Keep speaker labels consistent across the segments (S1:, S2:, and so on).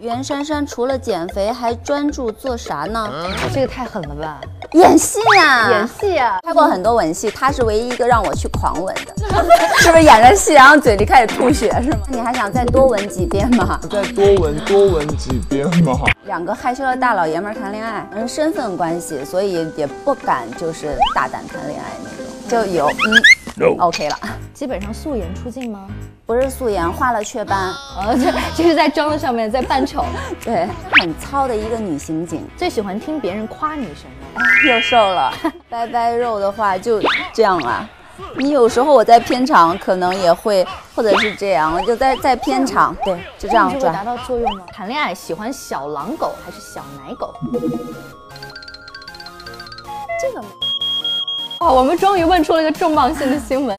S1: 袁姗姗除了减肥，还专注做啥呢？
S2: 哦这个太狠了吧！
S1: 演戏呀、
S2: 演戏啊，
S1: 拍过很多吻戏，她是唯一一个让我去狂吻的， 是不是演着戏，然后嘴里开始吐血是吗？你还想再多吻几遍吗？
S3: 再多闻多闻几遍嘛。
S1: 两个害羞的大老爷们儿谈恋爱，嗯，身份关系，所以也不敢就是大胆谈恋爱那种，就有嗯 OK 了，
S2: 基本上素颜出镜吗？
S1: 不是素颜，化了雀斑，
S2: 呃，这这是在妆的上面在扮丑。
S1: 对，很糙的一个女刑警，
S2: 最喜欢听别人夸你什么？
S1: 又瘦 了，拜拜肉的话就这样啊。你有时候我在片场可能也会，或者是这样，我就在在片场，对，就这样
S2: 你就会达
S1: 转。
S2: 到作用吗？谈恋爱喜欢小狼狗还是小奶狗？
S1: 这个
S2: 哇，哦我们终于问出了一个重磅性的新闻。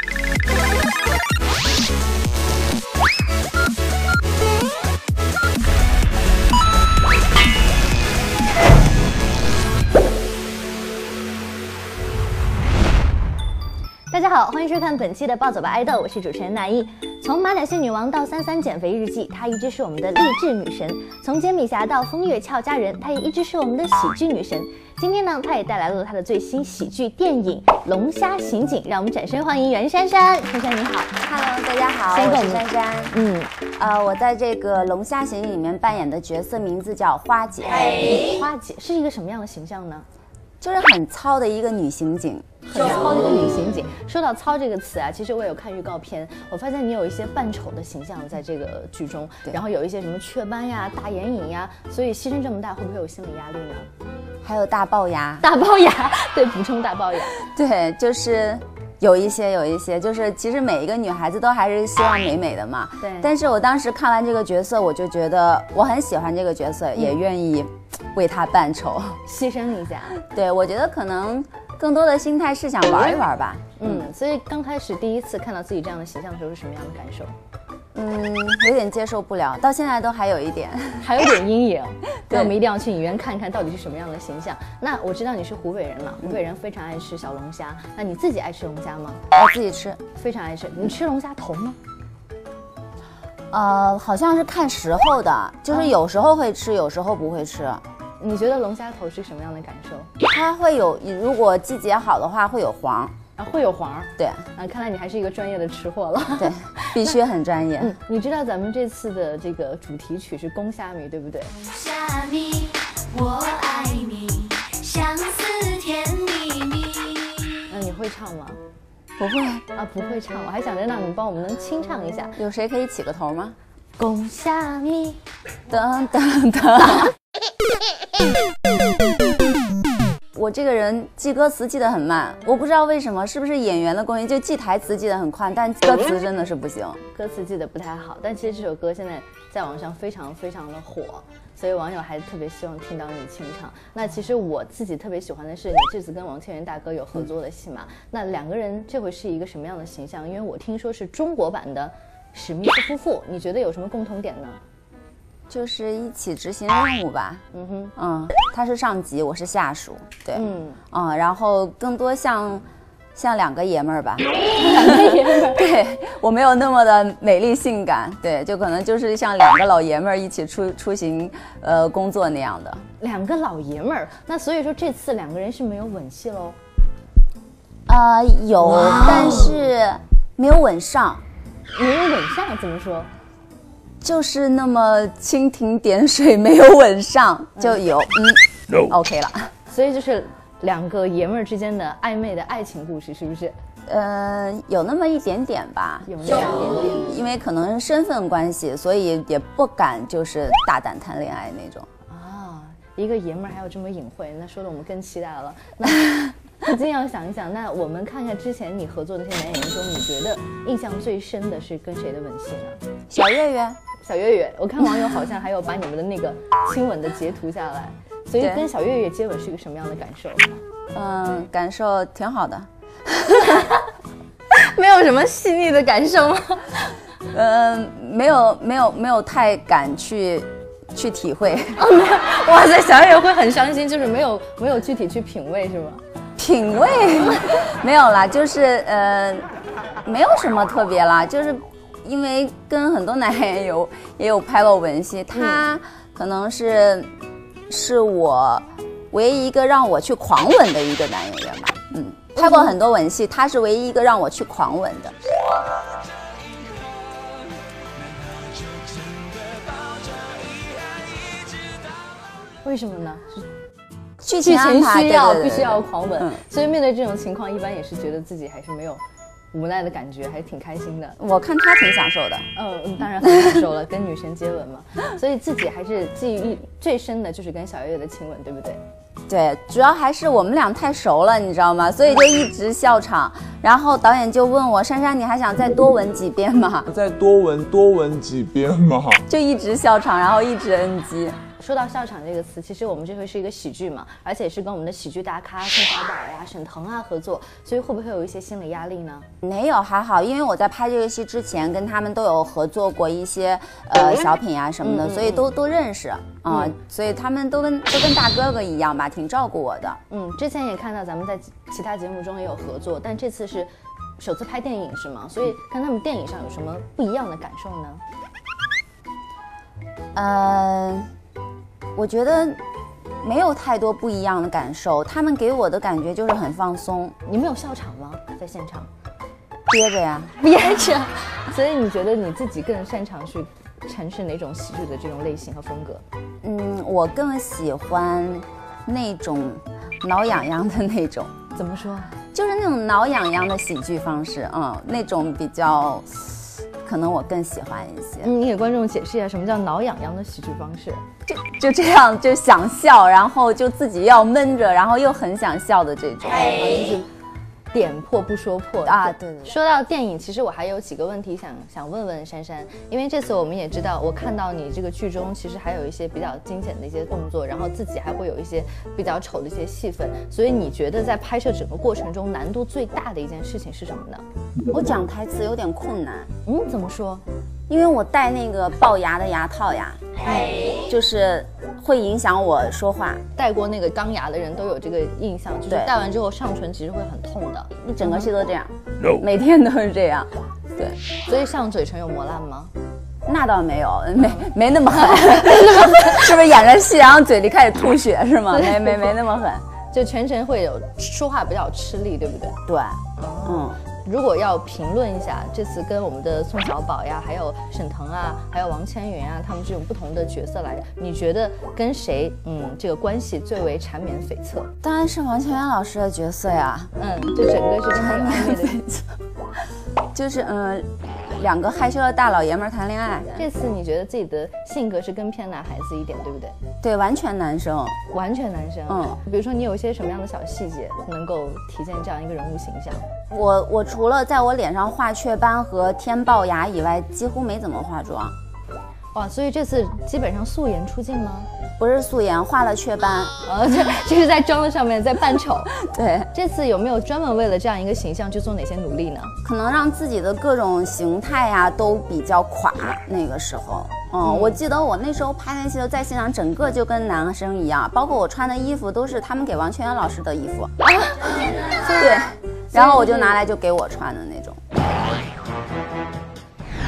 S2: 大家好，欢迎收看本期的《暴走吧爱豆》，我是主持人那英。从马甲线女王到三三减肥日记，她一直是我们的励志女神；从煎饼侠到风月俏佳人，她也一直是我们的喜剧女神。今天呢，她也带来了她的最新喜剧电影《龙虾刑警》，让我们掌声欢迎袁姗姗。姗姗你好，
S1: ，Hello，大家好，
S2: 先
S1: 我
S2: 跟我
S1: 是
S2: 们
S1: 珊珊。
S2: 嗯，
S1: 呃，我在这个《龙虾行》里面扮演的角色名字叫花姐，
S2: 花姐是一个什么样的形象呢？
S1: 就是很糙的一个女刑警。
S2: 很糙的一个女刑警。说到“糙”这个词啊，其实我有看预告片，我发现你有一些扮丑的形象在这个剧中，然后有一些什么雀斑呀、大眼影呀，所以牺牲这么大，会不会有心理压力呢？
S1: 还有大龅牙，
S2: 大龅牙，对，补充大龅牙。
S1: 对，就是有一些有一些，就是其实每一个女孩子都还是希望美美的嘛。
S2: 对
S1: 但是我当时看完这个角色，我就觉得我很喜欢这个角色，也愿意为她扮丑。
S2: 牺牲一下，
S1: 对，我觉得可能更多的心态是想玩一玩吧。
S2: 嗯，所以刚开始第一次看到自己这样的形象的时候是什么样的感受？
S1: 嗯，有点接受不了，到现在都还有一 点。
S2: 还有点阴影，那
S1: 对
S2: 我们一定要去影院看看到底是什么样的形象。那我知道你是湖北人了，湖
S1: 嗯
S2: 北人非常爱吃小龙虾，那你自己爱吃龙虾吗？
S1: 我自己吃，
S2: 非常爱吃，你吃龙虾头吗？
S1: 呃，好像是看时候的，就是有时候会吃，有时候不会吃。
S2: 你觉得龙虾头是什么样的感受？
S1: 它会有，如果季节好的话会有黄。
S2: 啊，会有黄儿。
S1: 对
S2: 啊，看来你还是一个专业的吃货了。
S1: 对， 必须很专业。
S2: 嗯，你知道咱们这次的这个主题曲是《公虾米》，对不对？
S4: 虾米，我爱你，相思甜蜜蜜。
S2: 那你会唱吗？
S1: 不会，
S2: 啊，不会唱，我还想着让你帮我们清唱一下《
S1: 有谁可以起个头吗？
S2: 公虾米》。
S1: 噔噔噔。 我这个人记歌词记得很慢，我不知道为什么，是不是演员的功力？就记台词记得很快，但歌词真的是不行。
S2: 歌词记得不太好，但其实这首歌现在在网上非常非常的火，所以网友还特别希望听到你清唱。那其实我自己特别喜欢的是你这次跟王千源大哥有合作的戏嘛，那两个人这回是一个什么样的形象？因为我听说是中国版的史密斯夫妇，你觉得有什么共同点呢？
S1: 就是一起执行任务吧。
S2: 嗯哼，
S1: 嗯，他是上级，我是下属。对，嗯
S2: 嗯，
S1: 然后更多像像两个爷们儿吧。
S2: 爷们儿
S1: 对我没有那么的美丽性感，对，就可能就是像两个老爷们儿一起出出行，呃，工作那样的。
S2: 两个老爷们儿，那所以说这次两个人是没有吻戏喽。
S1: 呃，有，
S2: 哦
S1: 但是没有吻上，
S2: 没有吻下怎么说？
S1: 就是那么蜻蜓点水，没有吻上就有，嗯 OK 了。
S2: 所以就是两个爷们儿之间的暧昧的爱情故事，是不是？
S1: 呃，有那么一点点吧，
S2: 有那么一点点。
S1: 因为可能是身份关系，所以也不敢就是大胆谈恋爱那种。
S2: 啊，一个爷们儿还有这么隐晦，那说的我们更期待 了。那不禁要想一想，那我们看看之前你合作的那些男演员中，你觉得印象最深的是跟谁的吻戏呢？
S1: 小月月，
S2: 小岳岳，我看网友好像还有把你们的那个亲吻的截图下来，所以
S1: 对
S2: 跟小岳岳接吻是一个什么样的感受？
S1: 嗯，感受挺好的。
S2: 没有什么细腻的感 受吗？
S1: 嗯，没有没有没有太敢去去体会，
S2: 哇塞，小岳岳会很伤心，就是没有没有具体去品味是吗？
S1: 品味没有啦，就是呃，没有什么特别啦，就是因为跟很多男演员有也有拍过文戏，他可能是是我唯一一个让我去狂吻的一个男演员吧。嗯，拍过很多文戏，他是唯一一个让我去狂吻的。
S2: 为什么呢？
S1: 剧
S2: 剧
S1: 情安
S2: 情
S1: 排
S2: 需要
S1: 对对对
S2: 必须要
S1: 对
S2: 狂吻
S1: 嗯，
S2: 所以面对这种情况，一般也是觉得自己还是没有无奈的感觉，还是挺开心的。
S1: 我看他挺享受的。
S2: 嗯，当然很享受了，跟女神接吻嘛，所以自己还是记忆最深的就是跟小岳岳的亲吻，对不对？
S1: 对，主要还是我们俩太熟了，你知道吗？所以就一直笑场。然后导演就问我：“珊珊，你还想再多闻几遍吗
S3: 再多闻多闻几遍嘛。？”
S1: 就一直笑场，然后一直 NG。
S2: 说到笑场这个词，其实我们这回是一个喜剧嘛，而且是跟我们的喜剧大咖宋小宝呀、沈腾啊合作，所以会不会有一些心理压力呢？
S1: 没有，还好，因为我在拍这个戏之前跟他们都有合作过一些呃小品啊什么的，
S2: 嗯嗯
S1: 所以都都认识啊、所以他们都跟都跟大哥哥一样吧，挺照顾我的。
S2: 嗯，之前也看到咱们在其他节目中也有合作，但这次是首次拍电影是吗？所以跟他们电影上有什么不一样的感受呢？
S1: 呃，我觉得没有太多不一样的感受，他们给我的感觉就是很放松，
S2: 你们有笑场吗？在现场
S1: 憋着呀。
S2: 憋着，所以你觉得你自己更擅长去诠释哪种喜剧的这种类型和风格？
S1: 嗯，我更喜欢那种挠痒痒的那种，
S2: 怎么说？啊
S1: 就是那种挠痒痒的喜剧方式，嗯，那种比较，可能我更喜欢一些。
S2: 嗯，你给观众解释一下什么叫挠痒痒的喜剧方式？
S1: 就就这样，就想笑，然后就自己要闷着，然后又很想笑的这种。
S2: 点破不说破
S1: 啊对对对
S2: 说到电影，其实我还有几个问题想想问问珊珊，因为这次我们也知道，我看到你这个剧中其实还有一些比较惊险的一些动作，然后自己还会有一些比较丑的一些戏份，所以你觉得在拍摄整个过程中难度最大的一件事情是什么呢？
S1: 我讲台词有点困难，
S2: 嗯，怎么说？
S1: 因为我戴那个龅牙的牙套呀，就是会影响我说话。
S2: 戴过那个钢牙的人都有这个印象，就是
S1: 对
S2: 戴完之后上唇其实会很痛的，
S1: 一整个戏都这样，每天都是这样。对，
S2: 所以上嘴唇有磨烂吗？
S1: 那倒没有，没没那么狠，是不是演着戏，然后嘴里开始吐血是吗？没没没那么狠，
S2: 就全程会有说话比较吃力，对不对？
S1: 对，嗯，
S2: 如果要评论一下这次跟我们的宋小宝呀，还有沈腾啊，还有王千源啊，他们这种不同的角色来，你觉得跟谁嗯这个关系最为缠绵悱恻？
S1: 当然是王千源老师的角色呀，
S2: 嗯，就整个是这么有暧昧的。
S1: 就是嗯，两个害羞的大老爷们儿谈恋爱，
S2: 这次你觉得自己的性格是更偏男孩子一点，对不对？
S1: 对，完全男生。
S2: 完全男生。
S1: 嗯，
S2: 比如说你有一些什么样的小细节能够体现这样一个人物形象？
S1: 我我除了在我脸上画雀斑和天龅牙以外，几乎没怎么化妆，
S2: 哇，所以这次基本上素颜出镜吗？
S1: 不是素颜，画了雀斑。
S2: 呃，这这是在妆的上面在扮丑。
S1: 对，
S2: 这次有没有专门为了这样一个形象去做哪些努力呢？
S1: 可能让自己的各种形态呀、都比较垮。那个时候，嗯，我记得我那时候拍那些在现场，整个就跟男生一样，包括我穿的衣服都是他们给王千源老师的衣服，对，然后我就拿来就给我穿的那种。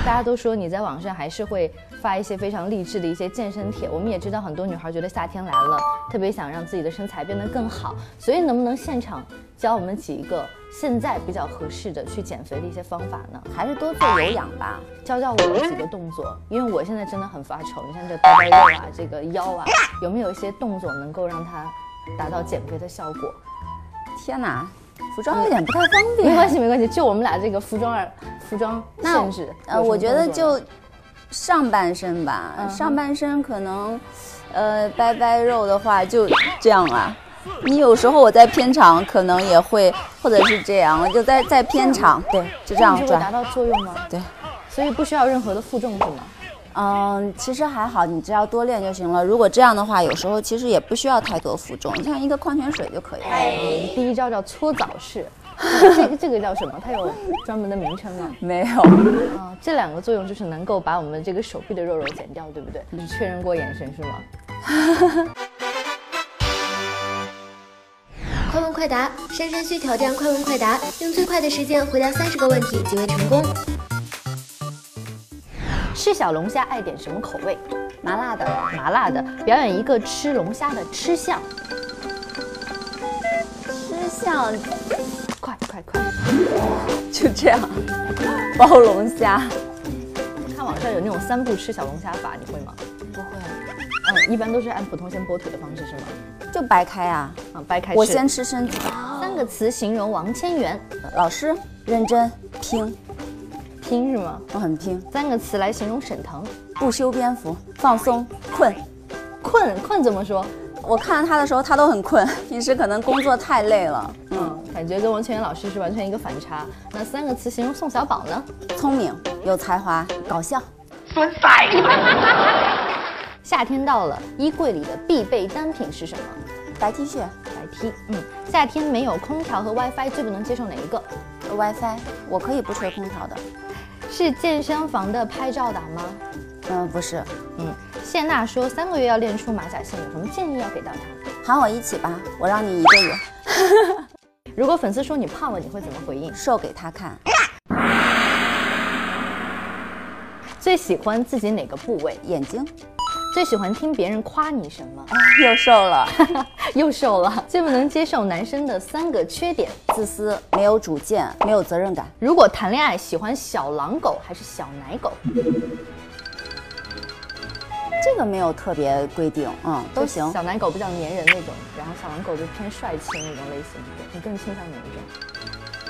S2: 大家都说你在网上还是会发一些非常励志的一些健身帖，我们也知道很多女孩觉得夏天来了，特别想让自己的身材变得更好，所以能不能现场教我们几个现在比较合适的去减肥的一些方法呢？
S1: 还是多做有氧吧，
S2: 教教我们几个动作，因为我现在真的很发愁，你像这包包肉啊，这个腰啊，有没有一些动作能够让它达到减肥的效果？
S1: 天哪，服装有点不太方便。
S2: 没关系，没关系，就我们俩这个服装二服装
S1: 那
S2: 限制，有
S1: 呃，
S2: 什么
S1: 我觉得
S2: 动作呢嗯
S1: 就上半身吧，上半身可能，呃，掰掰肉的话就这样啦。你有时候我在片场可能也会，或者是这样，就在在片场，对，就这样
S2: 这样嗯会达
S1: 转。
S2: 到作用吗？
S1: 对，
S2: 所以不需要任何的负重是吗？
S1: 嗯，其实还好，你只要多练就行了。如果这样的话，有时候其实也不需要太多负重，像一个矿泉水就可以了。
S2: 嗯，第一招叫搓澡 式，这个这个叫什么？它有专门的名称吗？
S1: 没有，
S2: 啊，这两个作用就是能够把我们这个手臂的肉肉减掉，对不对？
S1: 嗯
S2: 你确认过眼神是吗？
S5: 快问快答，珊珊需挑战快问快答，用最快的时间回答三十个问题即为成功。
S2: 吃小龙虾爱点什么口味？
S1: 麻辣的，
S2: 麻辣的，表演一个吃龙虾的吃相，
S1: 吃相
S2: 快快快！
S1: 就这样，包龙虾
S2: 看网上有那种三步吃小龙虾法，你会吗？
S1: 不会，
S2: 嗯，一般都是按普通先剥腿的方式是吗？
S1: 就掰开啊。
S2: 啊，掰开吃。
S1: 我先吃身子，
S2: 三个词形容王千源，
S1: 老师认真拼，
S2: 拼是吗？
S1: 我很拼，
S2: 三个词来形容沈腾，
S1: 不修边幅，放松，困。
S2: 困困怎么说？
S1: 我看到他的时候，他都很困， 平时可能工作太累了。
S2: 嗯，感觉跟王千源老师是完全一个反差。那三个词形容宋小宝呢？
S1: 聪明，有才华，搞笑，
S2: 夏天到了，衣柜里的必备单品是什么？
S1: 白 T 恤
S2: 白 T。嗯，夏天没有空调和 WiFi，最不能接受哪一个？
S1: ，WiFi，我可以不吹空调的。
S2: 是健身房的拍照党吗？
S1: 嗯，不是，
S2: 嗯，谢娜说三个月要练出马甲线，有什么建议要给到她？
S1: 喊我一起吧，我让你一个月
S2: 如果粉丝说你胖了，你会怎么回应？
S1: 瘦给他看。
S2: 最喜欢自己哪个部位？
S1: 眼睛，啊
S2: 最喜欢听别人夸你什么？
S1: 又瘦了，
S2: 又瘦了。最不能接受男生的三个缺点。
S1: 自私，没有主见，没有责任感，
S2: 如果谈恋爱，喜欢小狼狗还是小奶狗？
S1: 嗯这个没有特别规定，嗯，都行。
S2: 小奶狗比较粘人那种，然后小狼狗就偏帅气那种类型。你更倾向哪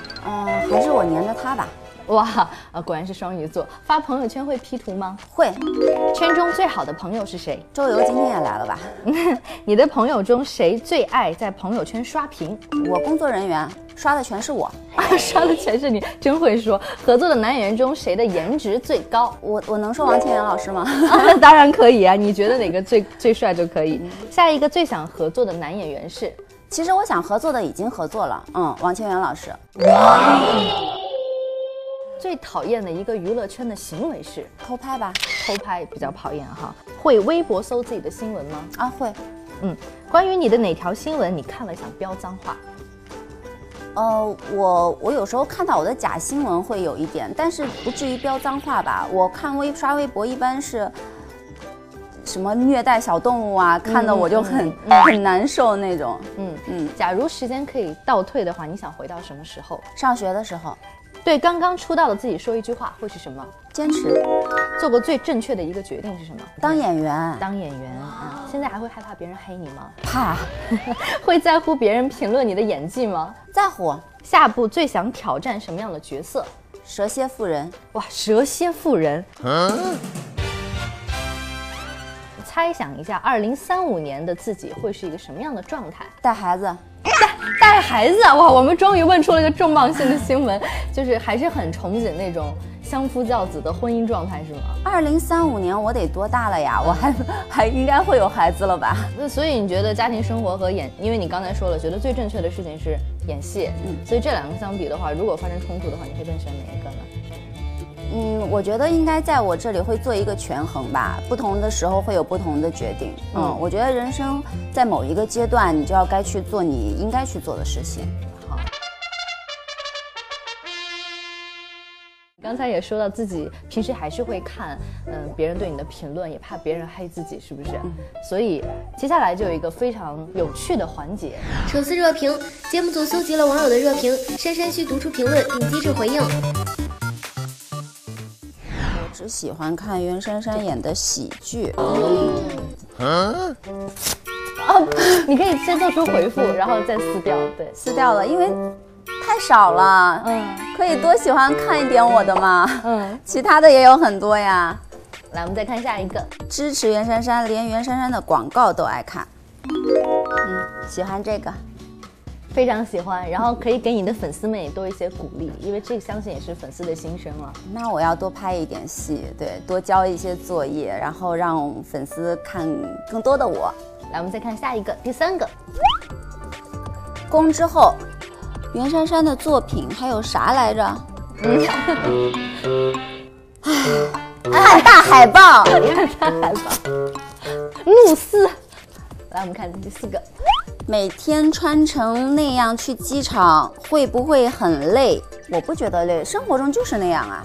S2: 一种？
S1: 嗯，还是我黏着他吧。
S2: 哇，啊，果然是双鱼座。发朋友圈会 P 图吗？
S1: 会，
S2: 圈中最好的朋友是谁？
S1: 周游今天也来了吧？
S2: 你的朋友中谁最爱在朋友圈刷屏？啊
S1: 我工作人员刷的全是我，
S2: 刷的全是你，真会说。合作的男演员中谁的颜值最高？
S1: 我我能说王千源老师吗？
S2: 当然可以啊，你觉得哪个最最帅就可以。下一个最想合作的男演员是？
S1: 其实我想合作的已经合作了，嗯，王千源老师
S2: 最讨厌的一个娱乐圈的行为是
S1: 偷拍吧，
S2: 偷拍，比较讨厌哈。会微博搜自己的新闻吗？
S1: 啊会，
S2: 嗯，关于你的哪条新闻你看了想飙脏话？
S1: 呃，我我有时候看到我的假新闻会有一点，但是不至于飙脏话吧。我看微刷微博一般是。什么虐待小动物啊，看得我就很、 很难受那种。
S2: 嗯嗯
S1: 嗯，
S2: 假如时间可以倒退的话，你想回到什么时候？
S1: 上学的时候，
S2: 对刚刚出道的自己说一句话会是什么？
S1: 坚持
S2: 做过最正确的一个决定是什么？
S1: 当演员，
S2: 当演员啊、现在还会害怕别人黑你吗？
S1: 怕
S2: 会在乎别人评论你的演技吗？
S1: 在乎
S2: 下部最想挑战什么样的角色？
S1: 蛇蝎妇人，
S2: 哇，蛇蝎妇人。猜想一下，二零三五年的自己会是一个什么样的状态？
S1: 带孩子，
S2: 带孩子啊！哇，我们终于问出了一个重磅性的新闻，就是还是很憧憬那种相夫教子的婚姻状态，是吗？
S1: 二零三五年我得多大了呀？我还 还应该会有孩子了吧？
S2: 那所以你觉得家庭生活和演，因为你刚才说了，觉得最正确的事情是演戏，所以这两个相比的话，如果发生冲突的话，你会更选哪一个呢？
S1: 嗯，我觉得应该在我这里会做一个权衡吧，不同的时候会有不同的决定。嗯，
S2: 嗯
S1: 我觉得人生在某一个阶段，你就要该去做你应该去做的事情。
S2: 好。刚才也说到自己平时还是会看，嗯、别人对你的评论，也怕别人黑自己，是不是？所以接下来就有一个非常有趣的环节，
S5: 首次热评，节目组搜集了网友的热评，珊珊需读出评论并机智回应。
S1: 我只喜欢看袁姗姗演的喜剧，
S2: 你可以先做出回复，然后再撕掉。对，
S1: 撕掉了，因为太少了。
S2: 嗯
S1: 可以多喜欢看一点我的嘛。
S2: 嗯。
S1: 其他的也有很多呀。
S2: 来，我们再看下一个，
S1: 支持袁姗姗，连袁姗姗的广告都爱看。嗯，喜欢这个。
S2: 非常喜欢，然后可以给你的粉丝们也多一些鼓励，因为这个相信也是粉丝的心声啊了。
S1: 那我要多拍一点戏，对，多交一些作业，然后让粉丝看更多的我。
S2: 来，我们再看下一个，第三个，
S1: 攻之后，袁姗姗的作品还有啥来着？ 嗯，唉看大海报，
S2: 怒撕。来，我们看第四个，
S1: 每天穿成那样去机场，会不会很累？我不觉得累，生活中就是那样啊。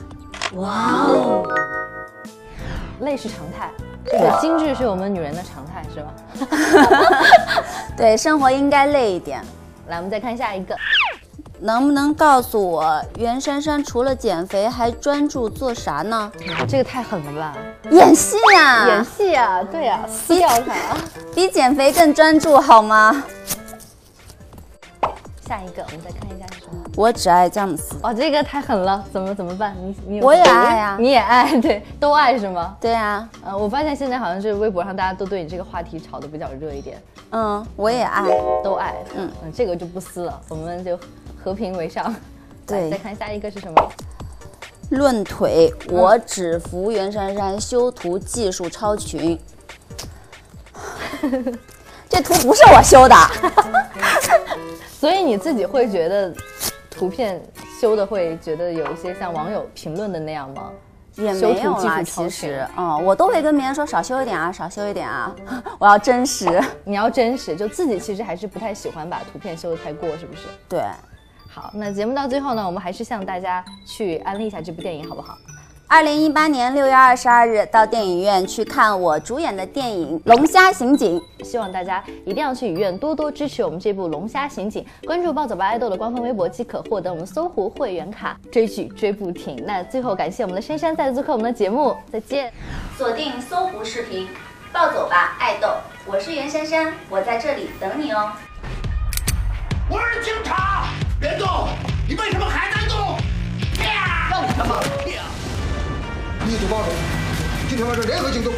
S2: 累是常态，这个京剧是我们女人的常态，是吧？
S1: 对，生活应该累一点。
S2: 来，我们再看下一个，
S1: 能不能告诉我，袁姗姗除了减肥还专注做啥呢？
S2: 这个太狠了吧？
S1: 演戏呀、
S2: 演戏啊，对 啊，撕掉它。
S1: 比减肥更专注好吗？
S2: 下一个，我们再看一下是什么。
S1: 我只爱詹姆斯。
S2: 哇，这个太狠了，怎么怎么办？你你有
S1: 我也爱啊
S2: 你也爱，对，都爱是吗？
S1: 对啊，
S2: 呃，我发现现在好像是微博上大家都对你这个话题炒得比较热一点，
S1: 嗯，我也爱。
S2: 都爱，嗯
S1: 嗯
S2: 这个就不撕了，我们就和平为上。
S1: 对
S2: 来再看下一个是什么？
S1: 论腿，我只服袁姗姗修图技术超群。 这图不是我修 的，
S2: 所以你自己会觉得图片修的会觉得有一些像网友评论的那样吗？
S1: 也
S2: 修
S1: 没
S2: 图
S1: 有
S2: 技
S1: 啦。其
S2: 术超群
S1: 实，，嗯，我都会跟别人说少修一点啊，少修一点啊， 我要真实。
S2: 你要真实，就自己其实还是不太喜欢把图片修得太过，是不是？
S1: 对，
S2: 好，那节目到最后呢，我们还是向大家去安利一下这部电影，好不好？
S1: 二零一八年六月二十二日到电影院去看我主演的电影《龙虾刑警》。
S2: 希望大家一定要去影院多多支持我们这部《龙虾刑警》，关注暴走吧爱豆的官方微博即可获得我们搜狐会员卡，追剧追不停。那最后感谢我们的珊珊再次做客我们的节目，再见。
S1: 锁定搜狐视频，暴走吧爱豆，我是袁姗姗，我在这里等你哦。
S6: 我是警察，别动！你为什么还在动？啪！让他们！一组报警，今天晚上联合行动，